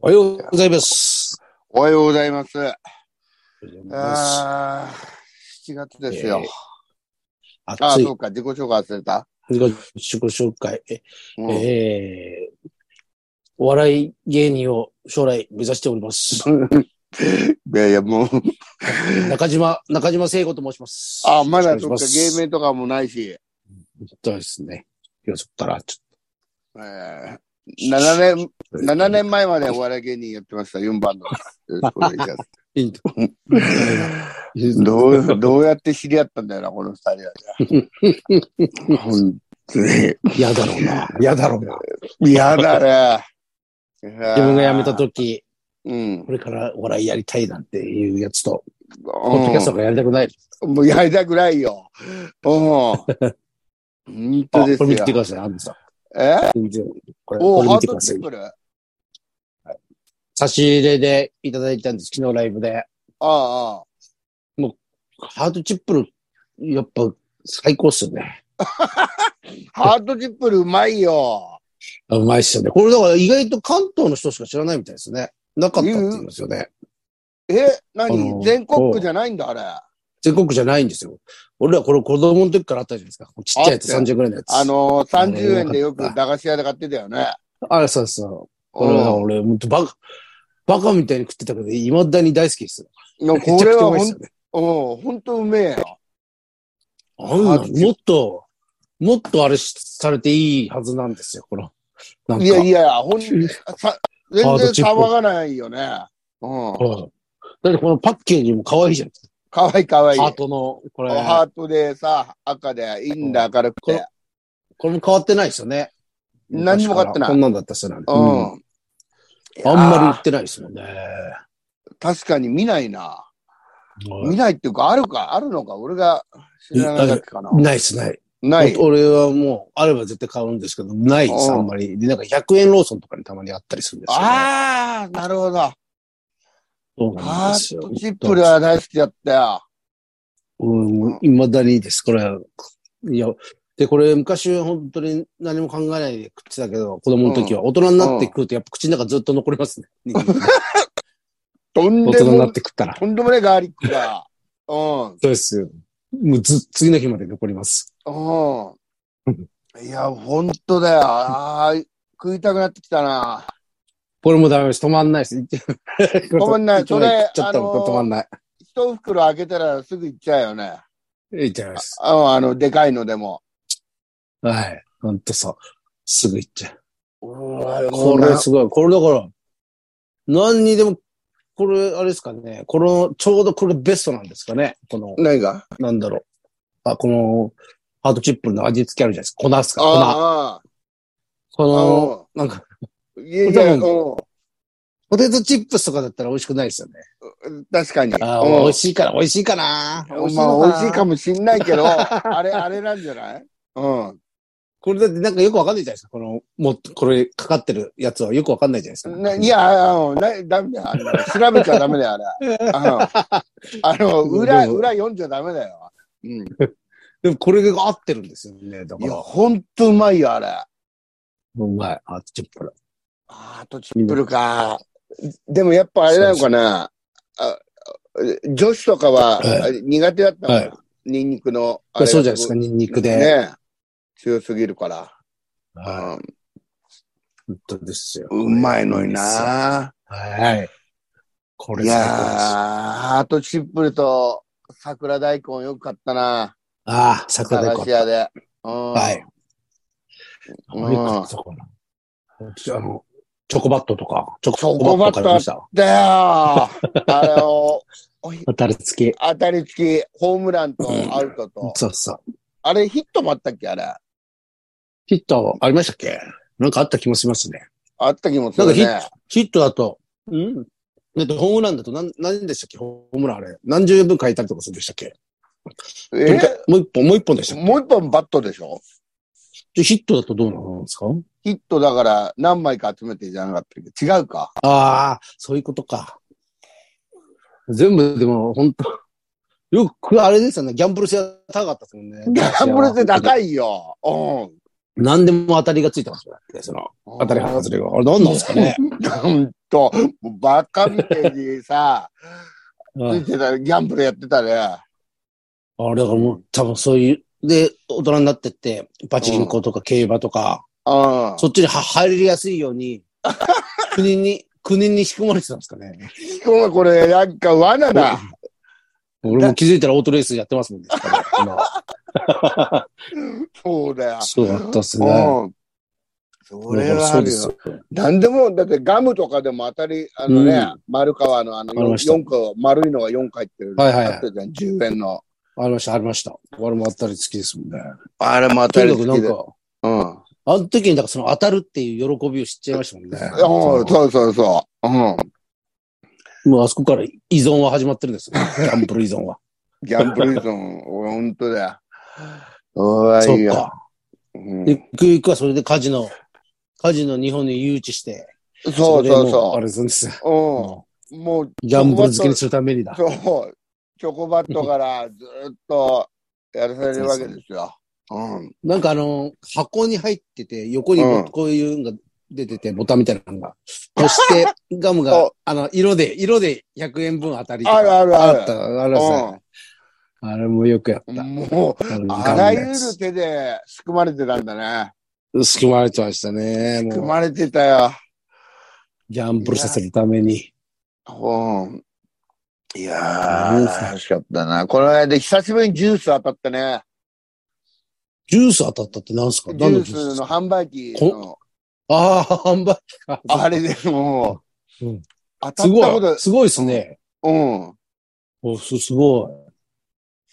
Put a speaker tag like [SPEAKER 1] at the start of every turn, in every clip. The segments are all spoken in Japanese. [SPEAKER 1] おはようございます。
[SPEAKER 2] おはようございます。
[SPEAKER 1] あ
[SPEAKER 2] あー7月ですよ。
[SPEAKER 1] えー
[SPEAKER 2] ああ、
[SPEAKER 1] 暑い
[SPEAKER 2] そうか、自己紹介忘れた。
[SPEAKER 1] 自己紹介。え
[SPEAKER 2] うん
[SPEAKER 1] えーお笑い芸人を将来目指しており ます。
[SPEAKER 2] いやいや、もう、
[SPEAKER 1] 中島、中島聖子と申します。
[SPEAKER 2] あまだそ
[SPEAKER 1] よ
[SPEAKER 2] っ
[SPEAKER 1] ろ
[SPEAKER 2] か、
[SPEAKER 1] しくお願い
[SPEAKER 2] 芸
[SPEAKER 1] します
[SPEAKER 2] 名とかもないし、
[SPEAKER 1] そうですね。よそったら、ち
[SPEAKER 2] えー、7年、
[SPEAKER 1] ょっと。
[SPEAKER 2] 7年前までお笑い芸人やってました、4番の。よろしくお願いします
[SPEAKER 1] い いと。
[SPEAKER 2] どう、どうやって知り合ったんだよな、この二人はね。本当に。
[SPEAKER 1] 嫌だろう な。嫌だろうな。
[SPEAKER 2] 嫌だね。
[SPEAKER 1] 自
[SPEAKER 2] 自
[SPEAKER 1] 分が辞めた。時、
[SPEAKER 2] うん。
[SPEAKER 1] これからお笑いやりたいなんていうやつと、ポッドキャスト
[SPEAKER 2] う
[SPEAKER 1] とかやりたくない。
[SPEAKER 2] ん、もうやりたくないよ。 うん。本
[SPEAKER 1] あ
[SPEAKER 2] 当
[SPEAKER 1] こ
[SPEAKER 2] です
[SPEAKER 1] れ
[SPEAKER 2] よ
[SPEAKER 1] 見。てください、アンさん。
[SPEAKER 2] え
[SPEAKER 1] 全然。これ、
[SPEAKER 2] お
[SPEAKER 1] こ
[SPEAKER 2] ー
[SPEAKER 1] れ
[SPEAKER 2] ハ
[SPEAKER 1] 見
[SPEAKER 2] ー
[SPEAKER 1] てく
[SPEAKER 2] ト
[SPEAKER 1] ださ
[SPEAKER 2] チ
[SPEAKER 1] い
[SPEAKER 2] ッ。プルあ
[SPEAKER 1] 差し入れでいただいたんです、昨日ライブで。
[SPEAKER 2] あ、
[SPEAKER 1] ハートチップル、やっぱ最高っすよね。
[SPEAKER 2] ああ。ハートチップルうまいよ。
[SPEAKER 1] うまいっすよね。これだから意外と関東の人しか知らないみたいですね。なかったって言いますよね。
[SPEAKER 2] え、
[SPEAKER 1] あの
[SPEAKER 2] 何全国区じゃないんだ、あれ。
[SPEAKER 1] 全国じゃないんですよ。俺らこれ子供の時からあったじゃないですか。ちっちゃいやつ
[SPEAKER 2] あった
[SPEAKER 1] 30ぐらいのやつ。
[SPEAKER 2] あ、のー、30円でよ
[SPEAKER 1] あれ
[SPEAKER 2] く駄菓子屋で買ってたよね。
[SPEAKER 1] あれそうそう。これは
[SPEAKER 2] う
[SPEAKER 1] 俺、ほんとバカ、バカみたいに食ってたけど、未だに大好きですよ。
[SPEAKER 2] んの。
[SPEAKER 1] め
[SPEAKER 2] こ
[SPEAKER 1] ちゃく
[SPEAKER 2] れ
[SPEAKER 1] ちゃ
[SPEAKER 2] は
[SPEAKER 1] うまいっ
[SPEAKER 2] ほん
[SPEAKER 1] すよね。
[SPEAKER 2] うん、ほんとうめえよ。
[SPEAKER 1] あんな
[SPEAKER 2] ハ
[SPEAKER 1] の
[SPEAKER 2] ートチップ
[SPEAKER 1] もっと、もっとあれしされていいはずなんですよ、この。なんか。
[SPEAKER 2] いやいや、ほん、さ全
[SPEAKER 1] ハー
[SPEAKER 2] 然
[SPEAKER 1] トチップル
[SPEAKER 2] 騒がないよね。うん。
[SPEAKER 1] はいだってこのパッケージも可愛いじゃん。
[SPEAKER 2] かわいいかわいい。
[SPEAKER 1] ハートの、これ。
[SPEAKER 2] ハートでさ、赤で、いいんだ、明るくて。
[SPEAKER 1] これも変わってないですよね。
[SPEAKER 2] 何も変わってない
[SPEAKER 1] こんなんだったっすよね。
[SPEAKER 2] う
[SPEAKER 1] うんん。。あんまり売ってないですもんね。
[SPEAKER 2] り。確かに見ないな。
[SPEAKER 1] は
[SPEAKER 2] 見ないっていうか、あるか、あるのか、俺が知らないだけかな。
[SPEAKER 1] いないです、ない。
[SPEAKER 2] ない。
[SPEAKER 1] 俺はもう、あれば絶対買うんですけど、ないです、
[SPEAKER 2] う
[SPEAKER 1] あ
[SPEAKER 2] ん
[SPEAKER 1] んまり。で、なんか100円ローソンとかにたまにあったりするんですよ、ね。
[SPEAKER 2] ああ、なるほど。
[SPEAKER 1] そうなん
[SPEAKER 2] ハ
[SPEAKER 1] です
[SPEAKER 2] ー
[SPEAKER 1] よ
[SPEAKER 2] ト。チップルは大好きだったよ。
[SPEAKER 1] うん、未だにいいです、これ。いや、で、これ昔本当に何も考えないで食ってたけど、子供の時は。大人になって食うとやっぱ口の中ずっと残りますね。
[SPEAKER 2] とん
[SPEAKER 1] 大
[SPEAKER 2] で
[SPEAKER 1] 人になっ
[SPEAKER 2] も、
[SPEAKER 1] て食ったら。
[SPEAKER 2] とんでもねえガーリックが。うん。
[SPEAKER 1] そうですよ。もうず、次の日まで残ります。
[SPEAKER 2] うん。いや、ほんとだよ。ああ、食いたくなってきたな。
[SPEAKER 1] これもダメです。止まん ないです。止
[SPEAKER 2] まんない
[SPEAKER 1] ちょっと
[SPEAKER 2] それ
[SPEAKER 1] 行っちゃったの
[SPEAKER 2] あのー
[SPEAKER 1] 止まんない。
[SPEAKER 2] 一袋開けたらすぐ行っちゃうよね。
[SPEAKER 1] いっちゃいます。
[SPEAKER 2] ああの、でかいのでも。
[SPEAKER 1] はい。ほんとそう。すぐ行っちゃう。こ
[SPEAKER 2] こ
[SPEAKER 1] れすごい。これだから、何にでも、これ、あれですかね。この、ちょうどこれベストなんですかね。この、
[SPEAKER 2] 何が
[SPEAKER 1] なんだろう。あ、この、ハートチップルの味付けあるじゃないですか。粉っすか
[SPEAKER 2] あ
[SPEAKER 1] 粉。こ
[SPEAKER 2] あ、あ
[SPEAKER 1] の、なんか、
[SPEAKER 2] あ。いやいや、うん
[SPEAKER 1] ポテトチップスとかだったら美味しくないですよね。
[SPEAKER 2] 確かに。
[SPEAKER 1] あー
[SPEAKER 2] うん
[SPEAKER 1] 美味しいから、美味しいかな。
[SPEAKER 2] まあ、美味しいか
[SPEAKER 1] も。
[SPEAKER 2] もしんないけど、あれ、あれなんじゃないうん。
[SPEAKER 1] これだってなんかよくわかんないじゃないですか。この、もっと、これかかってるやつはよくわかんないじゃないですか。
[SPEAKER 2] ないや、あの、なダメだよあの。調べちゃダメだよ、あれ。あの、あの裏、
[SPEAKER 1] でも
[SPEAKER 2] 裏読んじゃダメだよ。うん。
[SPEAKER 1] でもこれが合ってるんですよね。だか
[SPEAKER 2] いや、
[SPEAKER 1] ら。
[SPEAKER 2] ほんとうまいよ、あれ。あ
[SPEAKER 1] うまい。あ、チップル。
[SPEAKER 2] ートチップルか。でもやっぱあれなのかな。あ女子とかは
[SPEAKER 1] は
[SPEAKER 2] 苦手だったの
[SPEAKER 1] はい
[SPEAKER 2] かな。ニンニクの。あ
[SPEAKER 1] そう
[SPEAKER 2] れ
[SPEAKER 1] じゃないですか、ニンニクで。
[SPEAKER 2] ね。強すぎるから。
[SPEAKER 1] はい。本当ですよ。
[SPEAKER 2] うんうまいのに。な。
[SPEAKER 1] はい。これ
[SPEAKER 2] いやー、
[SPEAKER 1] 最高です。あ
[SPEAKER 2] ハートチップルと桜大根よく買ったな。
[SPEAKER 1] あ、桜で
[SPEAKER 2] 駄菓
[SPEAKER 1] こ
[SPEAKER 2] 子。屋で。うん
[SPEAKER 1] はい。。
[SPEAKER 2] うん
[SPEAKER 1] あれそこなあの、チョコバットとか。チョ
[SPEAKER 2] チョコバット
[SPEAKER 1] 買いました。
[SPEAKER 2] だよ ーあれを、おい
[SPEAKER 1] 当たり付き。
[SPEAKER 2] 当たり付き、ホームランとアウトと。
[SPEAKER 1] そうそう。
[SPEAKER 2] あれヒットもあったっけあれ。
[SPEAKER 1] ヒットありましたっけなんかあった気もしますね。
[SPEAKER 2] あった気もす
[SPEAKER 1] なんか
[SPEAKER 2] る
[SPEAKER 1] ヒ
[SPEAKER 2] ね。
[SPEAKER 1] ット、ヒットだと、うんだってホームランだと何、何でしたっけホームランあれ。何十分書いたりとかするんでしたっけ
[SPEAKER 2] え
[SPEAKER 1] もう一本、もう一本でしたっけ
[SPEAKER 2] もう一本バットでしょ
[SPEAKER 1] でヒットだとどうなんですか
[SPEAKER 2] ヒットだから何枚か集めてじゃなかったっけ違うか。
[SPEAKER 1] ああ、そういうことか。全部でも、本当よく、あれですよね。ギャンブル性は高かったですもんね。
[SPEAKER 2] ギャンブルって
[SPEAKER 1] い。
[SPEAKER 2] 高いよ。うん。
[SPEAKER 1] 何でも当たりがついてますよ。だってその、当たり外れが。あれ何なんですか ね。
[SPEAKER 2] ほんと、もうバカみたい にさ、ついてたギャンブルやってたね。
[SPEAKER 1] あれだからもう、多分そういう、で、大人になってって、パチンコとか競馬とか、
[SPEAKER 2] うん。
[SPEAKER 1] そっちには入りやすいように、国に、国に仕込まれてたんですかね。
[SPEAKER 2] しかもこれ、なんか罠だ。
[SPEAKER 1] 俺も気づいたらオートレースやってますもんね。今
[SPEAKER 2] そうだよ。
[SPEAKER 1] そうだったっすね。
[SPEAKER 2] うん。そ
[SPEAKER 1] だ
[SPEAKER 2] れ
[SPEAKER 1] から
[SPEAKER 2] は
[SPEAKER 1] そ
[SPEAKER 2] あ
[SPEAKER 1] うで
[SPEAKER 2] る
[SPEAKER 1] す
[SPEAKER 2] よ。
[SPEAKER 1] よ。
[SPEAKER 2] なんでも、だってガムとかでも当たり、あのね、
[SPEAKER 1] うん
[SPEAKER 2] 丸川のあの
[SPEAKER 1] ありました
[SPEAKER 2] 4個、丸いのが4回ってる。
[SPEAKER 1] はいはいはい
[SPEAKER 2] あったじゃん、10円の。
[SPEAKER 1] ありました、ありました。俺も当たり好きですもんね。
[SPEAKER 2] あれも
[SPEAKER 1] と
[SPEAKER 2] 当た
[SPEAKER 1] に
[SPEAKER 2] り
[SPEAKER 1] かく
[SPEAKER 2] 付
[SPEAKER 1] な
[SPEAKER 2] き
[SPEAKER 1] ん
[SPEAKER 2] で。
[SPEAKER 1] か、
[SPEAKER 2] うん。
[SPEAKER 1] あの時に、だからその当たるっていう喜びを知っちゃいましたもんね。
[SPEAKER 2] うんそうそうそう。うん。
[SPEAKER 1] もうあそこから依存は始まってるん ですよ。ギャンブル依存 は。
[SPEAKER 2] ギャンブル依存、俺ほんとだよ。おわ
[SPEAKER 1] そ
[SPEAKER 2] いい
[SPEAKER 1] っ
[SPEAKER 2] よ。
[SPEAKER 1] か。
[SPEAKER 2] うん
[SPEAKER 1] ゆくゆくはそれでカジノ、カジノ日本に誘致して、
[SPEAKER 2] そうそう
[SPEAKER 1] れでもあ
[SPEAKER 2] そ
[SPEAKER 1] れするんですよ。
[SPEAKER 2] う。うん。もう、
[SPEAKER 1] ギャンブル漬けにするためにだ。
[SPEAKER 2] そう、チョコバットからずっとやらされるわけですよ。うん。
[SPEAKER 1] なんかあの、箱に入ってて、横に
[SPEAKER 2] うん
[SPEAKER 1] こういうのが出てて、ボタンみたいなのが。そして、 ガムが
[SPEAKER 2] そ、
[SPEAKER 1] あの、色で、色で100円分当たりとか。
[SPEAKER 2] あるあるあ
[SPEAKER 1] あっ
[SPEAKER 2] る。
[SPEAKER 1] た、あれさ、あれもよくやっ
[SPEAKER 2] う
[SPEAKER 1] た。
[SPEAKER 2] ん。もう、
[SPEAKER 1] の
[SPEAKER 2] あらゆ
[SPEAKER 1] ガムのや
[SPEAKER 2] る
[SPEAKER 1] つ
[SPEAKER 2] 手で仕組まれてたんだね。
[SPEAKER 1] 仕組まれてましたね。
[SPEAKER 2] 仕組
[SPEAKER 1] もう、
[SPEAKER 2] まれてたよ。
[SPEAKER 1] ギャンブルさせるために。
[SPEAKER 2] うん。いやー、楽しかったな。この間、久しぶりにジュース当たったね。
[SPEAKER 1] ジュース当たったって何すか
[SPEAKER 2] ジ
[SPEAKER 1] 何
[SPEAKER 2] ュ
[SPEAKER 1] の
[SPEAKER 2] ー
[SPEAKER 1] ジュースで
[SPEAKER 2] ス
[SPEAKER 1] す
[SPEAKER 2] の
[SPEAKER 1] か
[SPEAKER 2] 販売機の、
[SPEAKER 1] ああ、販売機か。
[SPEAKER 2] あれでもう
[SPEAKER 1] うん、
[SPEAKER 2] 当た
[SPEAKER 1] す
[SPEAKER 2] った
[SPEAKER 1] ご
[SPEAKER 2] こ
[SPEAKER 1] い、
[SPEAKER 2] と、
[SPEAKER 1] すごいですね。
[SPEAKER 2] うん。
[SPEAKER 1] おすすごい。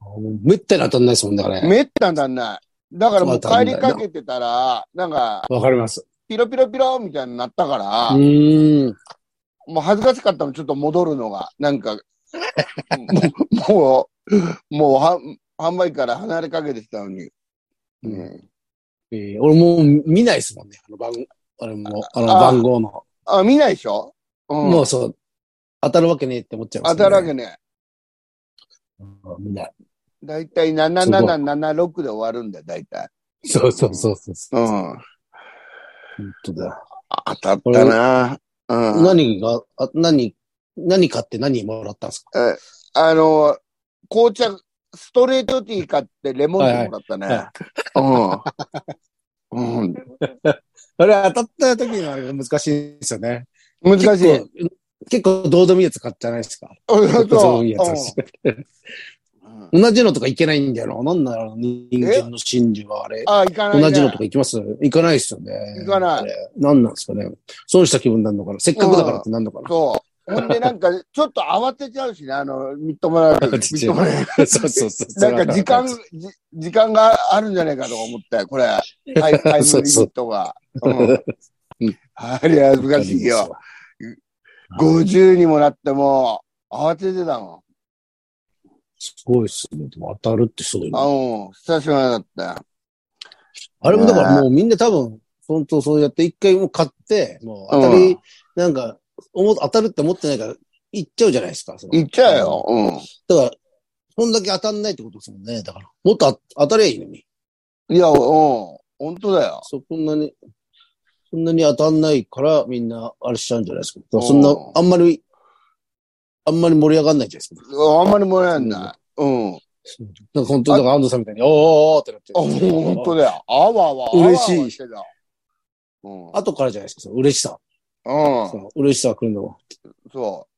[SPEAKER 1] あもうめったに当たんないですもんね、あれ。
[SPEAKER 2] めったに当たんない。だからもう帰りかけてたら、なんか、
[SPEAKER 1] わかります。
[SPEAKER 2] ピロピロピロみたいになったか
[SPEAKER 1] う
[SPEAKER 2] ら、
[SPEAKER 1] ーん。
[SPEAKER 2] もう恥ずかしかったの、ちょっと戻るのが。なんか、もう、もうは、販売から離れかけてきたのに。うん。
[SPEAKER 1] えー俺もう見ないですもんね。あの番、あれも、あの
[SPEAKER 2] あ
[SPEAKER 1] 番号の。
[SPEAKER 2] あ、見ないでしょうん。
[SPEAKER 1] もうそう、当たるわけねえって思っちゃいます、ね。
[SPEAKER 2] 当たるわけね。
[SPEAKER 1] うん見ない。
[SPEAKER 2] だいたい7776で終わるんだよ、だいたい。
[SPEAKER 1] そうそうそうそうそうう。
[SPEAKER 2] ん
[SPEAKER 1] 本。
[SPEAKER 2] あ
[SPEAKER 1] 当だ。
[SPEAKER 2] 当たったなうん。
[SPEAKER 1] 何が、あ何、何買って何もらったんですか
[SPEAKER 2] あの、紅茶、ストレートティー買ってレモンティーもらったね。 うん。うん。
[SPEAKER 1] あれ当たった時のあれが難しいんですよね。
[SPEAKER 2] 難しい。
[SPEAKER 1] 結構。結構どうでもいいやつ買っちゃないですか
[SPEAKER 2] うん
[SPEAKER 1] そういうや
[SPEAKER 2] うん
[SPEAKER 1] つ。同じのとかいけないんだよな。なんだろう、人間の真珠はあれ。
[SPEAKER 2] あ、行かない、ね。
[SPEAKER 1] 同じのとか行きます行かないっすよね。
[SPEAKER 2] 行かない
[SPEAKER 1] い。何なんですかね。損した気分になるのかな。せっかくだからってなんのか
[SPEAKER 2] そう。ほんで、なんか、ちょっと慌てちゃうしね、あの、みっともなく。み
[SPEAKER 1] 慌
[SPEAKER 2] って
[SPEAKER 1] ちゃ
[SPEAKER 2] と
[SPEAKER 1] う
[SPEAKER 2] もなく。
[SPEAKER 1] な。そうそう そう。
[SPEAKER 2] なんか、時間、じ時間があるんじゃないかとか思ったよ、これ。タイ タイムリミットが。うんあれ、恥ずかしいよ。。50にもなっても、慌ててたもん。
[SPEAKER 1] すごいっすね。でも当たるってすごいな
[SPEAKER 2] あ、うん。久しぶりだったよ。
[SPEAKER 1] あれもだからもうみんな多分、本当そうやって一回もう買って、もう当た
[SPEAKER 2] う
[SPEAKER 1] り、なんか、思う当たるって思ってないから、行っちゃうじゃないですか。その
[SPEAKER 2] 行っちゃう。よ。う
[SPEAKER 1] だから、こんだけ当たんないってことですもんね。だから、もっとあ当たりゃいいのに。
[SPEAKER 2] ん。いや、うん。本当だよ。
[SPEAKER 1] そこんなに、そんなに当たんないからみんなあれしちゃうんじゃないですか。だからそん
[SPEAKER 2] う、
[SPEAKER 1] なんあんまり、あんまり盛り上がんないじゃないですか。
[SPEAKER 2] あんまりもらえない。うん。あ、
[SPEAKER 1] なんか本当に、だから安藤さんみたいに、おーおーおーってなって
[SPEAKER 2] 本当だよ。あわあわ。
[SPEAKER 1] 嬉しい
[SPEAKER 2] あわあわてた。うん。
[SPEAKER 1] 後からじゃないですか、その嬉しさ。
[SPEAKER 2] うん
[SPEAKER 1] そ。の嬉しさが来るのは。
[SPEAKER 2] そう。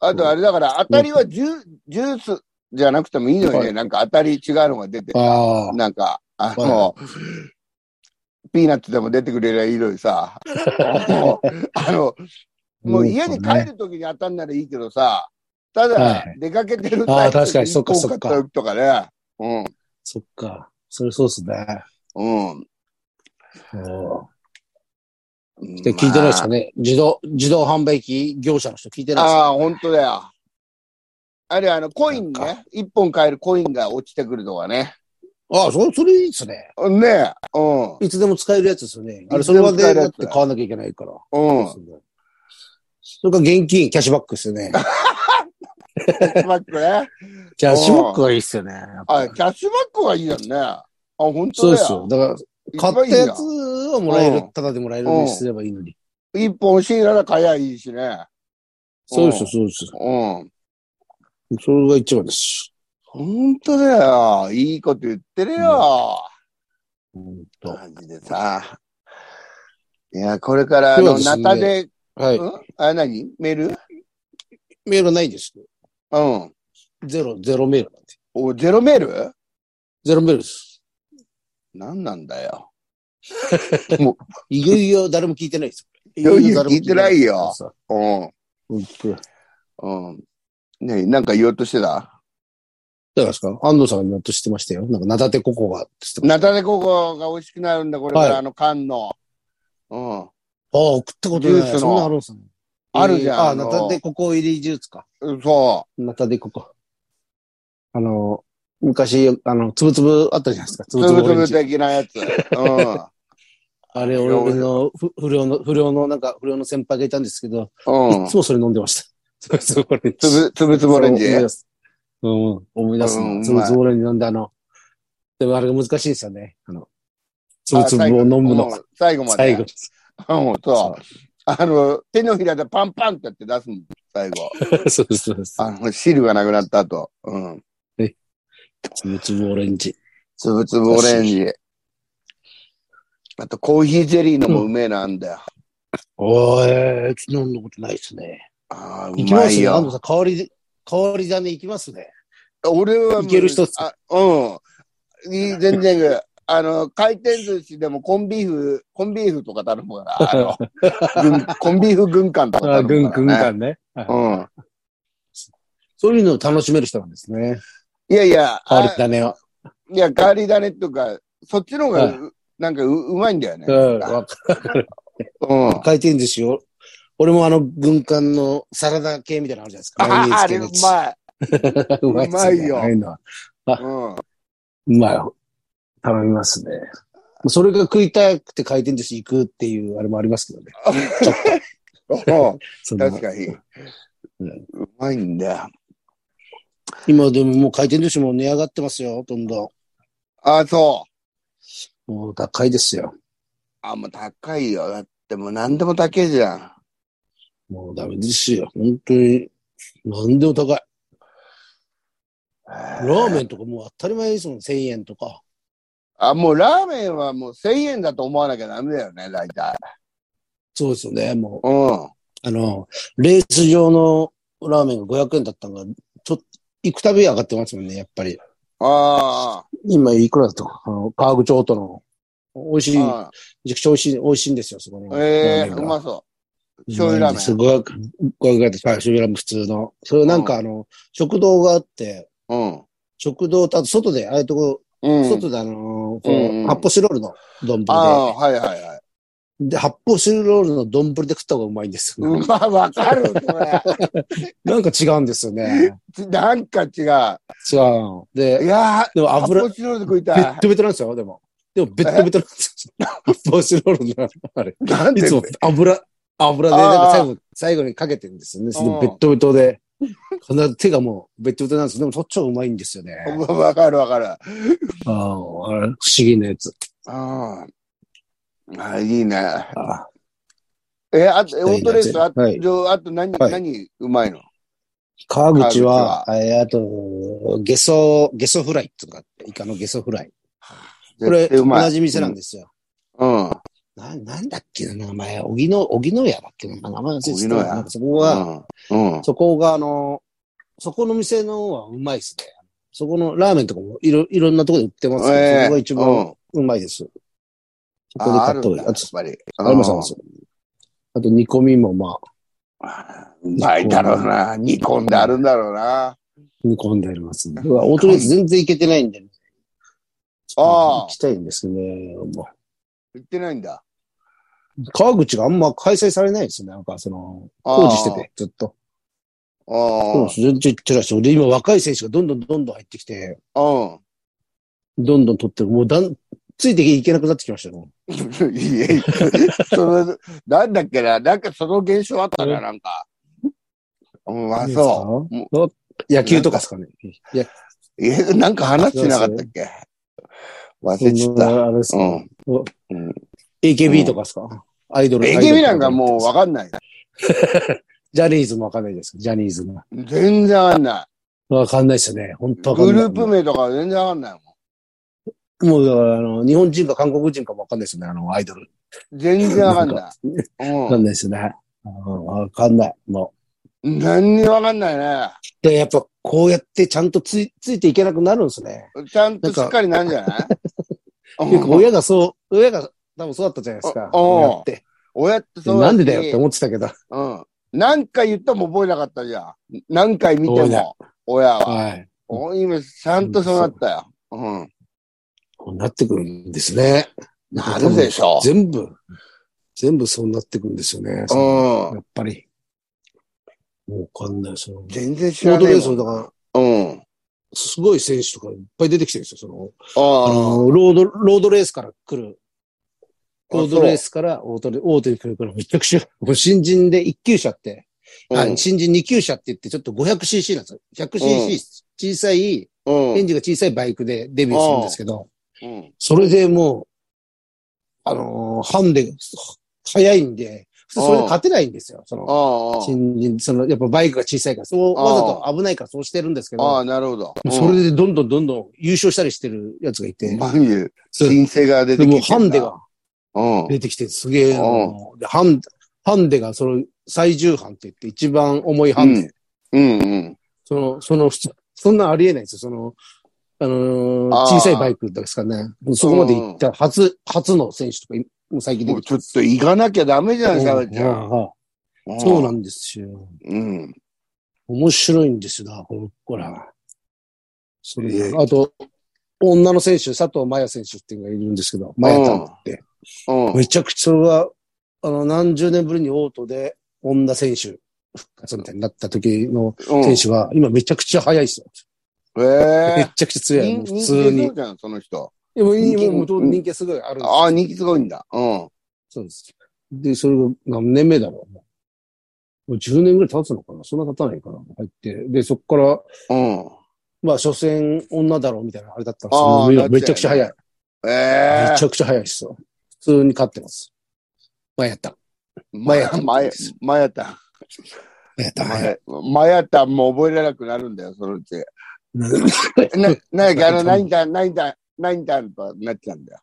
[SPEAKER 2] あとあれだから、当たりはジュジュースじゃなくてもいいのよ
[SPEAKER 1] は
[SPEAKER 2] ね。
[SPEAKER 1] い
[SPEAKER 2] なんか当たり違うのが出て。
[SPEAKER 1] あ
[SPEAKER 2] なんか、あの、ピーナッツでも出てくれりゃいいのにさ。 もうあの、
[SPEAKER 1] あ。
[SPEAKER 2] もう家に帰
[SPEAKER 1] る。
[SPEAKER 2] るときに当たんならいいけどさ、た
[SPEAKER 1] は
[SPEAKER 2] だ
[SPEAKER 1] い
[SPEAKER 2] 出かけてる
[SPEAKER 1] あー確かにそっか
[SPEAKER 2] 一個
[SPEAKER 1] そっか
[SPEAKER 2] 買った時とかね。うん。
[SPEAKER 1] そっか。それそうっすね。
[SPEAKER 2] うん。
[SPEAKER 1] で聞いてないですかね。自動、自動販売機業者の人聞いてないですか
[SPEAKER 2] ああ、本当だよ。あれ、あの、コイン
[SPEAKER 1] なん
[SPEAKER 2] ね。一本買えるコインが落ちてくるとかね。
[SPEAKER 1] ああ、それ、それいいっすね。
[SPEAKER 2] ねえ。うん。
[SPEAKER 1] いつでも使えるやつですよね。あれ、
[SPEAKER 2] いつ
[SPEAKER 1] そ
[SPEAKER 2] で
[SPEAKER 1] れ
[SPEAKER 2] も
[SPEAKER 1] ま
[SPEAKER 2] 使
[SPEAKER 1] で
[SPEAKER 2] える
[SPEAKER 1] だ
[SPEAKER 2] や
[SPEAKER 1] っ
[SPEAKER 2] つ
[SPEAKER 1] て買わなきゃいけないから。
[SPEAKER 2] うん。
[SPEAKER 1] それから現金、キャッシュバックですよね。
[SPEAKER 2] キャッシュバックね。
[SPEAKER 1] キャッシュバックがいいっすよね。やっぱ
[SPEAKER 2] あ、キャッシュバックはいいよね。本
[SPEAKER 1] そう
[SPEAKER 2] 当
[SPEAKER 1] で
[SPEAKER 2] だ
[SPEAKER 1] すよ。
[SPEAKER 2] よ。
[SPEAKER 1] だから、
[SPEAKER 2] 一
[SPEAKER 1] 買
[SPEAKER 2] 番
[SPEAKER 1] っ
[SPEAKER 2] いい
[SPEAKER 1] た
[SPEAKER 2] じゃん
[SPEAKER 1] やつをもらえ
[SPEAKER 2] う
[SPEAKER 1] る
[SPEAKER 2] ん、
[SPEAKER 1] ただでもらえるようにすればいいのに。
[SPEAKER 2] 一本欲しいなら買えばいいしね。
[SPEAKER 1] そうですよ、そうですよ。
[SPEAKER 2] うん。
[SPEAKER 1] それが一番です。
[SPEAKER 2] 本当だよ。いいこと言ってるよ。
[SPEAKER 1] うんと
[SPEAKER 2] 感じでさ。いや、これから、あ
[SPEAKER 1] では
[SPEAKER 2] の、
[SPEAKER 1] ですね
[SPEAKER 2] ナタで、
[SPEAKER 1] はい。
[SPEAKER 2] うんあ、何メール
[SPEAKER 1] メールないです。
[SPEAKER 2] うん。
[SPEAKER 1] ゼロ、ゼロメールなんで。
[SPEAKER 2] お、ゼロメール
[SPEAKER 1] ゼロメールです。
[SPEAKER 2] 何なんだよ。
[SPEAKER 1] いよいよ誰も聞いてないです。い
[SPEAKER 2] よいよ聞いてないよ
[SPEAKER 1] そう
[SPEAKER 2] うん。
[SPEAKER 1] 本当だ。
[SPEAKER 2] うん。ねなんか言おうとしてた
[SPEAKER 1] どうですか安藤さんが言おうとしてましたよ。なんか、なだてここがって言ってまし
[SPEAKER 2] ナタデココが美味しくなるんだ、これから、
[SPEAKER 1] はい
[SPEAKER 2] あの缶の。うん。
[SPEAKER 1] た。ああ、食ったことな
[SPEAKER 2] ジュース
[SPEAKER 1] い。
[SPEAKER 2] の
[SPEAKER 1] そんなあるんすね。
[SPEAKER 2] あるじゃん
[SPEAKER 1] えーあ
[SPEAKER 2] あ
[SPEAKER 1] あ、
[SPEAKER 2] の
[SPEAKER 1] なだてここ入りジュースか。
[SPEAKER 2] そ
[SPEAKER 1] なだてここ。あの、昔、あの、つぶつぶあったじゃないですか。つ
[SPEAKER 2] う。
[SPEAKER 1] ぶ
[SPEAKER 2] つ
[SPEAKER 1] つぶ
[SPEAKER 2] ぶ
[SPEAKER 1] オ
[SPEAKER 2] つ
[SPEAKER 1] レン
[SPEAKER 2] ぶ
[SPEAKER 1] ジ。
[SPEAKER 2] 的なやつ。う
[SPEAKER 1] あれ、
[SPEAKER 2] いや
[SPEAKER 1] 俺のふ不良の、不良の、なんか、不良の先輩がいたんですけど、
[SPEAKER 2] ん。うん
[SPEAKER 1] いつ。もそれ飲んでました。 つぶつぶオレンジ。
[SPEAKER 2] つぶ、つぶつぶオレンジ。
[SPEAKER 1] そう思い出す。うん、思い出す
[SPEAKER 2] うん
[SPEAKER 1] な。つぶつぶオレンジ飲んで、あの、でもあれが難しいですよね。あの、つぶつぶを飲むの
[SPEAKER 2] あ。最後まで。
[SPEAKER 1] 最後です。
[SPEAKER 2] うん、そう。あの、手のひらでパンパンってやって出すの、最後。
[SPEAKER 1] そうです、そうです。
[SPEAKER 2] あの、汁がなくなった後。うん。
[SPEAKER 1] つぶつぶオレンジ。
[SPEAKER 2] つぶつぶオレンジ。あと、コーヒーゼリーのもうめえなんだよ。
[SPEAKER 1] おー、えー、飲んだことないですね。
[SPEAKER 2] ああ、う
[SPEAKER 1] 行きま
[SPEAKER 2] ますい
[SPEAKER 1] ね。安藤
[SPEAKER 2] よ。
[SPEAKER 1] さん、代わりで、代わり種行きますね。
[SPEAKER 2] 俺はもう、
[SPEAKER 1] いける人っす
[SPEAKER 2] あうん。いい全然、あの、回転寿司でもコンビーフ、コンビーフとか頼むから、 あの、軍コンビーフ軍艦とか
[SPEAKER 1] あ
[SPEAKER 2] 頼
[SPEAKER 1] ー、
[SPEAKER 2] むから、
[SPEAKER 1] 軍
[SPEAKER 2] ね。
[SPEAKER 1] 軍艦ね。はい
[SPEAKER 2] うん。
[SPEAKER 1] そういうのを楽しめる人なんですね。
[SPEAKER 2] いやいや、
[SPEAKER 1] 代わり
[SPEAKER 2] あ
[SPEAKER 1] 種を。
[SPEAKER 2] いや、ガーリーダネとか、そっちの方が、なんかう、うまいんだよね。
[SPEAKER 1] うん、わか
[SPEAKER 2] うん。
[SPEAKER 1] 回転寿司を。俺もあの、軍艦のサラダ系みたいなのあるじゃないですか。
[SPEAKER 2] あ、あれうまい。
[SPEAKER 1] うまいっすね
[SPEAKER 2] うまいよ
[SPEAKER 1] ああいうのは
[SPEAKER 2] うん。
[SPEAKER 1] うまい。頼みますね。それが食いたくて回転寿司行くっていうあれもありますけどね。
[SPEAKER 2] うん
[SPEAKER 1] その
[SPEAKER 2] 確かに。
[SPEAKER 1] うん
[SPEAKER 2] うまいんだよ。
[SPEAKER 1] 今でももう回転寿司も値上がってますよ、どんど
[SPEAKER 2] あ、そう。
[SPEAKER 1] ん。もう高いですよ。
[SPEAKER 2] あ、もう高いよ。だってもう何でも高いじゃん。
[SPEAKER 1] もうダメですよ。本当に。何でも高い。ラーメンとかもう当たり前ですもん、1000円とか。
[SPEAKER 2] あ、もうラーメンはもう1000円だと思わなきゃダメだよね、大体。
[SPEAKER 1] そうですよね。もう、
[SPEAKER 2] うん。
[SPEAKER 1] あの、レース上のラーメンが500円だったのが、ちょっと、行くたび上がってますもんね、やっぱり。
[SPEAKER 2] あ
[SPEAKER 1] 今いくらだとか、あの、川口オートの、美味しい、め
[SPEAKER 2] あ。
[SPEAKER 1] ちゃくちゃ美味しい、美味しいんですよ、そこの。
[SPEAKER 2] ええ
[SPEAKER 1] ラーメン
[SPEAKER 2] う
[SPEAKER 1] が
[SPEAKER 2] まそう。醤油ラーメン
[SPEAKER 1] すごい、ごいです。はい、醤油ラーメン普通の。それなんかあの、食堂があって、
[SPEAKER 2] うん。
[SPEAKER 1] 食堂と、あと外で、ああいうとこ、
[SPEAKER 2] うん。
[SPEAKER 1] 外であのー、こ
[SPEAKER 2] うんうん
[SPEAKER 1] う、発泡スチロールの丼
[SPEAKER 2] あ
[SPEAKER 1] で
[SPEAKER 2] あ、はいはいはい。、
[SPEAKER 1] で、発泡スチロールの丼で食った方がうまいんですよ。
[SPEAKER 2] うま、わかる、こ
[SPEAKER 1] なんか違うんですよね。
[SPEAKER 2] れ。 なんか違う。い
[SPEAKER 1] 違
[SPEAKER 2] や
[SPEAKER 1] う。で、
[SPEAKER 2] ー、
[SPEAKER 1] でも
[SPEAKER 2] 油。
[SPEAKER 1] 油、
[SPEAKER 2] こ
[SPEAKER 1] ベ
[SPEAKER 2] っちので食いたい
[SPEAKER 1] ッ。 トベトなんですよ、でも。でも、ベットベトなんですよ。 発泡スチロールの、あれ。
[SPEAKER 2] なん
[SPEAKER 1] い
[SPEAKER 2] で
[SPEAKER 1] つも油、油で、
[SPEAKER 2] あー
[SPEAKER 1] なんか最後、最後にかけてるんですよね。そのベットベトで。必ず手がもう、ベットベトなんですよ。でも、そっちはうまいんですよね。
[SPEAKER 2] わかるわかる。
[SPEAKER 1] ああ、あれ、不思議なやつ。
[SPEAKER 2] ああ。あいいね。
[SPEAKER 1] ああ
[SPEAKER 2] え、あと、えオートレース、あと、
[SPEAKER 1] はい
[SPEAKER 2] あと何、
[SPEAKER 1] はい
[SPEAKER 2] 何、うまいの
[SPEAKER 1] 川口は、えーあと、ゲソ、ゲソフライとかあって、イカのゲソフライ。これ、
[SPEAKER 2] 絶対うまい
[SPEAKER 1] 同じ店なんですよ。
[SPEAKER 2] うん。うん。
[SPEAKER 1] な、なんだっけな、名前。おぎの、おぎの屋だっけな、名前忘れて
[SPEAKER 2] 荻
[SPEAKER 1] た
[SPEAKER 2] 野屋
[SPEAKER 1] なんかそこが、
[SPEAKER 2] うん。
[SPEAKER 1] そこが、あの、そこの店のはうまいっすね。そこのラーメンとかもいろ、いろんなとこで売ってますけど、
[SPEAKER 2] ええ
[SPEAKER 1] そこが一
[SPEAKER 2] う
[SPEAKER 1] 番
[SPEAKER 2] ん
[SPEAKER 1] うまいです。そこで
[SPEAKER 2] あ、あ
[SPEAKER 1] 買
[SPEAKER 2] る
[SPEAKER 1] った
[SPEAKER 2] んだ
[SPEAKER 1] 方がいい。
[SPEAKER 2] や
[SPEAKER 1] あ
[SPEAKER 2] っ
[SPEAKER 1] と、
[SPEAKER 2] ぱり。
[SPEAKER 1] ありますありますあと煮込みもまあ、
[SPEAKER 2] うんうまいだろうな。煮込んであるんだろうな。
[SPEAKER 1] 煮込んでありますね。うわオートレース全然行けてないんで、ね、
[SPEAKER 2] ああ
[SPEAKER 1] 行きたいんですね。もう
[SPEAKER 2] 言ってないんだ。
[SPEAKER 1] 川口があんま開催されないですね。なんかその、
[SPEAKER 2] ああ
[SPEAKER 1] 工事して。て、ずっと。
[SPEAKER 2] ああ
[SPEAKER 1] そうです。全然行ってらっしゃる。で、今若い選手がどんどんどんどん入ってきて、どんどん取ってる。もうだん、ついていけなくなってきましたね。
[SPEAKER 2] うん。 いえ、その、なんだっけな。なんかその現象あったな、なんか。うん、あ、そう。も
[SPEAKER 1] う。野球とかですかね。いや、
[SPEAKER 2] え、なんか話してなかったっけ忘れちゃった。
[SPEAKER 1] あれです
[SPEAKER 2] う
[SPEAKER 1] か、
[SPEAKER 2] ん。う
[SPEAKER 1] AKB
[SPEAKER 2] ん
[SPEAKER 1] とかですかアイドル。
[SPEAKER 2] AKB なんかもうわ
[SPEAKER 1] う、
[SPEAKER 2] かんない。
[SPEAKER 1] ジャニーズもわかんないです。ジャニーズも。
[SPEAKER 2] 全然わかんない。
[SPEAKER 1] わかんないですよね。本当わかん
[SPEAKER 2] グ
[SPEAKER 1] な
[SPEAKER 2] ル
[SPEAKER 1] い。
[SPEAKER 2] ープ名とか全然わかんないも
[SPEAKER 1] もう、だから、あの、日本人か韓国人かもわかんないですよね。あの、アイドル。
[SPEAKER 2] ん。全然わかんない。
[SPEAKER 1] わか
[SPEAKER 2] うん
[SPEAKER 1] ないですよね。うんわかんない。も
[SPEAKER 2] ん。何にもわかんないね。
[SPEAKER 1] う。で、やっぱ、こうやってちゃんとつい、ついていけなくなるんですね。
[SPEAKER 2] ちゃんとしっかりなんじゃ ない
[SPEAKER 1] 結構
[SPEAKER 2] うん
[SPEAKER 1] 親がそう、親が多分そうだったじゃないですか。
[SPEAKER 2] おおう
[SPEAKER 1] 親って。
[SPEAKER 2] 親ってそう
[SPEAKER 1] なんでだよって
[SPEAKER 2] 思
[SPEAKER 1] 思ってたけど。
[SPEAKER 2] う。うん。何回言っても覚えなかったじゃん。何回見て
[SPEAKER 1] 覚えな
[SPEAKER 2] も、親は。
[SPEAKER 1] はい。
[SPEAKER 2] お今、ちゃんとそうなったよ。うん。
[SPEAKER 1] こうなってくるんですね。
[SPEAKER 2] なるでしょ。
[SPEAKER 1] 全部、全部そうなってくるんですよね。
[SPEAKER 2] う
[SPEAKER 1] や
[SPEAKER 2] ん。
[SPEAKER 1] っぱり。もうわかんない。その、
[SPEAKER 2] 全然知
[SPEAKER 1] 仕
[SPEAKER 2] ら
[SPEAKER 1] 事
[SPEAKER 2] な
[SPEAKER 1] で
[SPEAKER 2] いもん。
[SPEAKER 1] すよ。だから、
[SPEAKER 2] うん。
[SPEAKER 1] すごい選手とかいっぱい出てきてるんですよ。その、あ
[SPEAKER 2] あ
[SPEAKER 1] の、ロード、ロードレースから来る。
[SPEAKER 2] あ
[SPEAKER 1] ロードレースからオートレ、大手に来るから、めちゃくちゃ、もう新人で1級車って、
[SPEAKER 2] あ。
[SPEAKER 1] あ新人2級車って言って、ちょっと 500cc なんですよ。
[SPEAKER 2] うん
[SPEAKER 1] 100cc、小さい、
[SPEAKER 2] うん。
[SPEAKER 1] エンジンが小さいバイクでデビューするんですけど、
[SPEAKER 2] うん。
[SPEAKER 1] それでもう、あのーハンデ、速いんで、普通それで勝てないんですよ。そ
[SPEAKER 2] あ
[SPEAKER 1] の、
[SPEAKER 2] あ。
[SPEAKER 1] 新人、その、やっぱバイクが小さいから、そう、
[SPEAKER 2] ああ
[SPEAKER 1] わざと危ないからそうしてるんですけ
[SPEAKER 2] あ
[SPEAKER 1] ど、
[SPEAKER 2] あ、なるほど。
[SPEAKER 1] それでどんどんどんどん優勝したりしてるやつがいて、
[SPEAKER 2] マジ、
[SPEAKER 1] そう
[SPEAKER 2] 新生が出
[SPEAKER 1] で
[SPEAKER 2] てきて
[SPEAKER 1] も
[SPEAKER 2] ん
[SPEAKER 1] う
[SPEAKER 2] だ。
[SPEAKER 1] ハンデが
[SPEAKER 2] うん。
[SPEAKER 1] 出てきてすげえな
[SPEAKER 2] う
[SPEAKER 1] でハン、ハンデがその最重版って言って一番重いハンデ。
[SPEAKER 2] うんうん。
[SPEAKER 1] その、その、そそんなありえないですよ。その、あのー
[SPEAKER 2] あー
[SPEAKER 1] 小さいバイクですからね。そこまで行った初、初の選手とかい、もう最近出
[SPEAKER 2] も
[SPEAKER 1] て
[SPEAKER 2] う
[SPEAKER 1] き
[SPEAKER 2] ちょっと行かなきゃダメじゃ
[SPEAKER 1] た
[SPEAKER 2] ない、サベちゃん。
[SPEAKER 1] うんそうなんんですよ。
[SPEAKER 2] うん。
[SPEAKER 1] 面白いんですよ、だからこの子ら。それ
[SPEAKER 2] ええ
[SPEAKER 1] で、あと、女の選手、佐藤麻也選手っていうのがいるんですけど、麻也ちゃんって。
[SPEAKER 2] うん。
[SPEAKER 1] めちゃくちゃ、それは、あの、何十年ぶりにオートで、女選手復活みたいになった時の
[SPEAKER 2] うん
[SPEAKER 1] 選手は、今めちゃくちゃ速いですよ。
[SPEAKER 2] え
[SPEAKER 1] め
[SPEAKER 2] え
[SPEAKER 1] ちゃくちゃ強 い。もう
[SPEAKER 2] 人気
[SPEAKER 1] 普通に
[SPEAKER 2] そう。じゃん、その人。
[SPEAKER 1] でも、
[SPEAKER 2] 人気
[SPEAKER 1] もう人気はすごいあるんですよ
[SPEAKER 2] ああ、人気すごいんだ。うん。
[SPEAKER 1] そうです。で、それが何年目だろう。もう10年ぐらい経つのかなそんな経たないかな入って。で、そこから、
[SPEAKER 2] うん。
[SPEAKER 1] まあ、所詮女だろうみたいなあれだったんです
[SPEAKER 2] ああ
[SPEAKER 1] けど、
[SPEAKER 2] なっちゃうよね
[SPEAKER 1] めちゃくちゃ早い。
[SPEAKER 2] ええ
[SPEAKER 1] めちゃくちゃ早いですよ。普通に勝ってます。まあ、やった。
[SPEAKER 2] マヤ
[SPEAKER 1] マヤ
[SPEAKER 2] マヤマヤタ
[SPEAKER 1] まあ、やった。
[SPEAKER 2] マ
[SPEAKER 1] 早い。
[SPEAKER 2] ヤマヤタも覚えられなくなるんだよ、そのうち。 な、なんかあの、ナインタン、ナインタン、ナインタンとなっちゃうんだよ。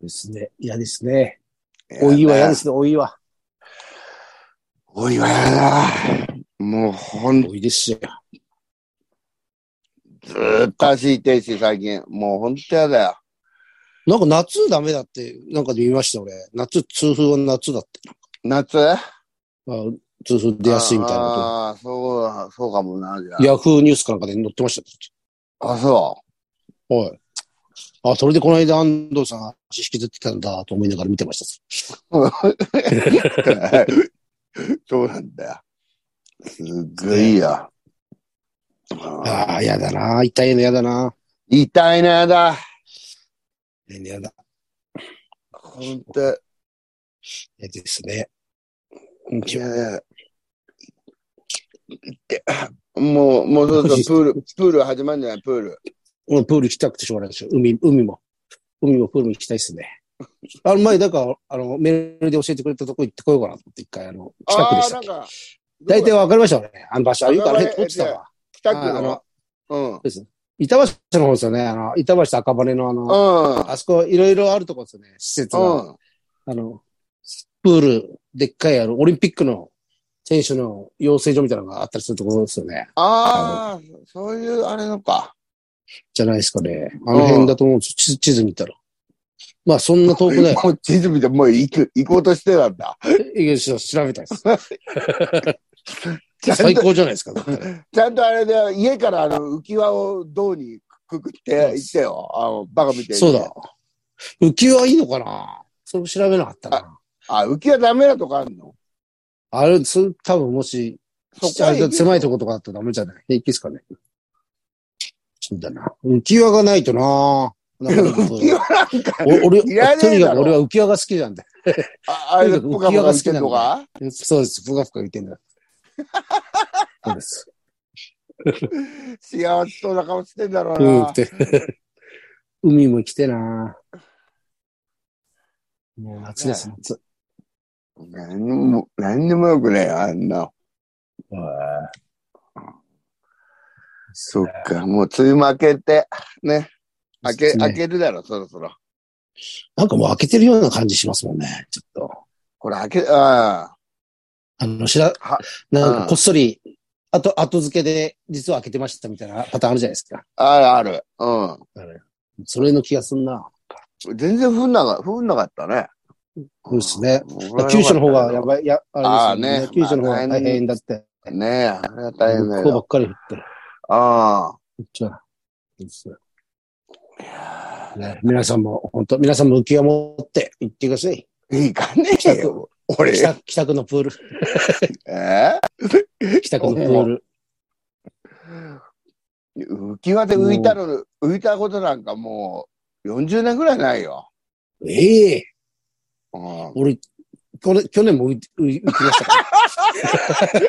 [SPEAKER 1] ですね。嫌ですね。おいは嫌ですね、おいは。
[SPEAKER 2] おいはやだ。もうほん
[SPEAKER 1] おいですよ。
[SPEAKER 2] ずーっと足痛いし、最近。もうほんとやだよ。
[SPEAKER 1] なんか夏ダメだって、なんかで見ました、俺。夏、痛風は夏だって。
[SPEAKER 2] 夏
[SPEAKER 1] あ痛風出やすいみたいなこと。
[SPEAKER 2] ああ、そうだ、そうかもな、じゃあ。
[SPEAKER 1] ヤフーニュースかなんかで載ってましたよ。
[SPEAKER 2] あ、そ
[SPEAKER 1] はい。あ、それでこの間安藤さん足引きずってたんだと思いながら見てました。
[SPEAKER 2] う。 そうなんだよ。すっごいよ。あー
[SPEAKER 1] ああ、やだな。痛いのやだな。
[SPEAKER 2] 痛いな、やだ。
[SPEAKER 1] 痛いのやだ。
[SPEAKER 2] ほんと。
[SPEAKER 1] 嫌ですね。
[SPEAKER 2] いやいや。でもう、もうそろそろプール、プール始まるんじゃないプール。
[SPEAKER 1] もうプール行きたくてしょうがないですよ。海、海も。海もプールも行きたいですね。 あの前、だから、あの、メールで教えてくれたとこ行ってこようかなと思って、一回、あの、近くでしたっけ。
[SPEAKER 2] あーなんか
[SPEAKER 1] 大体わかりましたね。あの場所。あ、よくあの辺落ちた
[SPEAKER 2] あ
[SPEAKER 1] わ。
[SPEAKER 2] 北区
[SPEAKER 1] あ
[SPEAKER 2] の
[SPEAKER 1] の。
[SPEAKER 2] うん。うん。
[SPEAKER 1] 板橋の方ですよね。あの、板橋と赤羽のあの、あそこいろいろあるとこですよね。施設が。
[SPEAKER 2] うん。
[SPEAKER 1] あの、プール、でっかいあの、オリンピックの選手の養成所みたいなのがあったりするところですよね。
[SPEAKER 2] ああ、そういうあれのか。
[SPEAKER 1] じゃないですかね。あの辺だと思うんですよ。地図地図見たら。まあ、そんな遠くない。
[SPEAKER 2] もう地図見て、もう行く、行こうとしてたんだ。
[SPEAKER 1] いやちょっと調べたい
[SPEAKER 2] ち
[SPEAKER 1] で
[SPEAKER 2] ゃ
[SPEAKER 1] す。最
[SPEAKER 2] んと、
[SPEAKER 1] 高じゃないですか。だったら
[SPEAKER 2] ちゃんとあれで、家からあの浮き輪を銅にくくって行ってよ。あの、バカみたいに。
[SPEAKER 1] そうだ。。浮き輪いいのかなそれ調べなかったな。
[SPEAKER 2] あ、浮き輪ダメなとこあるの
[SPEAKER 1] あれ、それ多分もし、
[SPEAKER 2] そこ
[SPEAKER 1] あ
[SPEAKER 2] は
[SPEAKER 1] れだ狭いとことかだったらダメじゃない平気ですかね。そうだな。浮き輪がないとな。なんかで も
[SPEAKER 2] 浮き輪なんか、
[SPEAKER 1] お俺、と
[SPEAKER 2] い
[SPEAKER 1] にか
[SPEAKER 2] らねえだろ
[SPEAKER 1] く俺は浮き輪が好きなんだ。
[SPEAKER 2] ああれでポカポカしてんのか
[SPEAKER 1] そうです。ふかふか浮いてん だ。そうです。
[SPEAKER 2] 幸せそうな顔してんだろう
[SPEAKER 1] うん
[SPEAKER 2] な。
[SPEAKER 1] って。海も来てなもう夏です、夏。
[SPEAKER 2] 何にも、何にもよくねえよ、あんな。そっか、もう梅雨負けて、ね。明け、
[SPEAKER 1] ね
[SPEAKER 2] 明けるだろ、そろそろ。
[SPEAKER 1] なんかもう開けてるような感じしますもんね、ちょっと。
[SPEAKER 2] これ明け、ああ、
[SPEAKER 1] あの、知ら
[SPEAKER 2] は、
[SPEAKER 1] なん
[SPEAKER 2] う
[SPEAKER 1] か
[SPEAKER 2] ん
[SPEAKER 1] こっそり、あと、後付けで、実は開けてましたみたいなパターンあるじゃないですか。
[SPEAKER 2] あるある。う
[SPEAKER 1] それの気がすんな。
[SPEAKER 2] ん。全然降んなか、降んなかったね。
[SPEAKER 1] そうですね。
[SPEAKER 2] うん。
[SPEAKER 1] 九州の方がやばい、や、あれですよね。
[SPEAKER 2] あーね
[SPEAKER 1] 九州の方が大変だって。
[SPEAKER 2] い。ねえ、あれは大変だ
[SPEAKER 1] 向こうば
[SPEAKER 2] よ。
[SPEAKER 1] っかり降ってる。
[SPEAKER 2] あ
[SPEAKER 1] じゃあそうです
[SPEAKER 2] あ。いや
[SPEAKER 1] ね皆さんも、本当皆さんも浮きを持って行ってください。
[SPEAKER 2] ーいいかねえよ。俺。
[SPEAKER 1] 北区北区のプ ール、
[SPEAKER 2] え
[SPEAKER 1] 北区のプール。
[SPEAKER 2] ー浮き輪で浮いたの、浮いたことなんかもう40年ぐらいないよ。
[SPEAKER 1] ええ
[SPEAKER 2] うん。
[SPEAKER 1] 俺、これ、去年も浮いて浮い浮きましたから。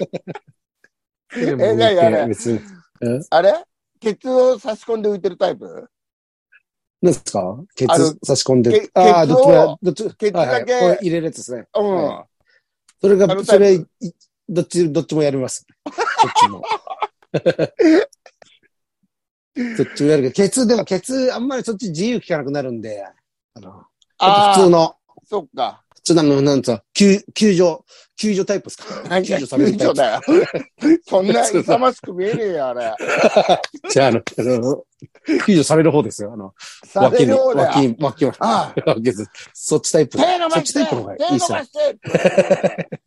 [SPEAKER 1] 去年も浮いて
[SPEAKER 2] え何あれ
[SPEAKER 1] 別に。
[SPEAKER 2] あれケツを差し込んで浮いてるタイプ
[SPEAKER 1] 何ですかケ
[SPEAKER 2] あの
[SPEAKER 1] ツ差し込ん
[SPEAKER 2] け
[SPEAKER 1] で。ああ、
[SPEAKER 2] ケツ
[SPEAKER 1] ど
[SPEAKER 2] を
[SPEAKER 1] っちも、どっちも、
[SPEAKER 2] ケツだけ
[SPEAKER 1] はいはいこれ入れるやつですね。
[SPEAKER 2] うん。
[SPEAKER 1] はそれが、
[SPEAKER 2] あのタイ
[SPEAKER 1] そ
[SPEAKER 2] プ
[SPEAKER 1] れ、いどっち、どっちもやります。どっちも。どっちもやるけど、ケツ、でもケツ、あんまりそっち自由聞かなくなるんで、あの、
[SPEAKER 2] あ
[SPEAKER 1] 普通
[SPEAKER 2] あ、
[SPEAKER 1] の、
[SPEAKER 2] そっか。
[SPEAKER 1] 普通なの、なんつうの、救、救助、救助タイプですか救助されるタイプ。
[SPEAKER 2] だよ。そんな勇ましく見えねえよ、あれ。
[SPEAKER 1] じゃあ、あの、あの救助される方ですよ。あの、
[SPEAKER 2] さ
[SPEAKER 1] 脇
[SPEAKER 2] れる
[SPEAKER 1] に、
[SPEAKER 2] ようだよ。
[SPEAKER 1] 脇に、脇に、
[SPEAKER 2] あ
[SPEAKER 1] 脇に、そっちタイプ。
[SPEAKER 2] 手伸
[SPEAKER 1] そ
[SPEAKER 2] ば
[SPEAKER 1] っち
[SPEAKER 2] し
[SPEAKER 1] タ
[SPEAKER 2] て
[SPEAKER 1] イプの方がい
[SPEAKER 2] 手
[SPEAKER 1] いで
[SPEAKER 2] 伸
[SPEAKER 1] すよ
[SPEAKER 2] ば。して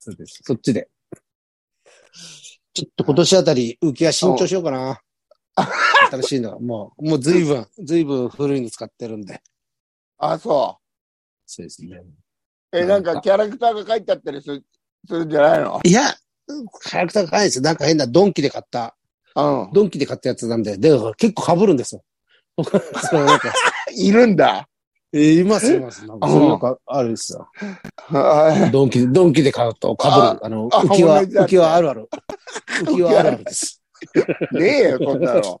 [SPEAKER 1] そうです。そっちで。ちょっと今年あたり、浮きは新調しようかな。新しいのは、もう、もう随分、随分古いの使ってるんで。
[SPEAKER 2] あ、そ
[SPEAKER 1] そうですね。
[SPEAKER 2] う。え、なんかキャラクターが書いてあったりするするんじゃないの
[SPEAKER 1] いや、キャラクターがないですよ。なんか変な、ドンキで買った、
[SPEAKER 2] うん。
[SPEAKER 1] ドンキで買ったやつなんで、で、結構被るんですよ。 そう、なんか、
[SPEAKER 2] いるんだ。
[SPEAKER 1] えーいます、います。なんか、そういうのがあるんですよ。
[SPEAKER 2] はい
[SPEAKER 1] ドンキで、ドンキで買うと被る。
[SPEAKER 2] あ
[SPEAKER 1] あの、
[SPEAKER 2] あ
[SPEAKER 1] 浮きは、
[SPEAKER 2] 同じだ
[SPEAKER 1] 浮きはあるある。 浮きはあるあるです。
[SPEAKER 2] ねえよ、こんなの。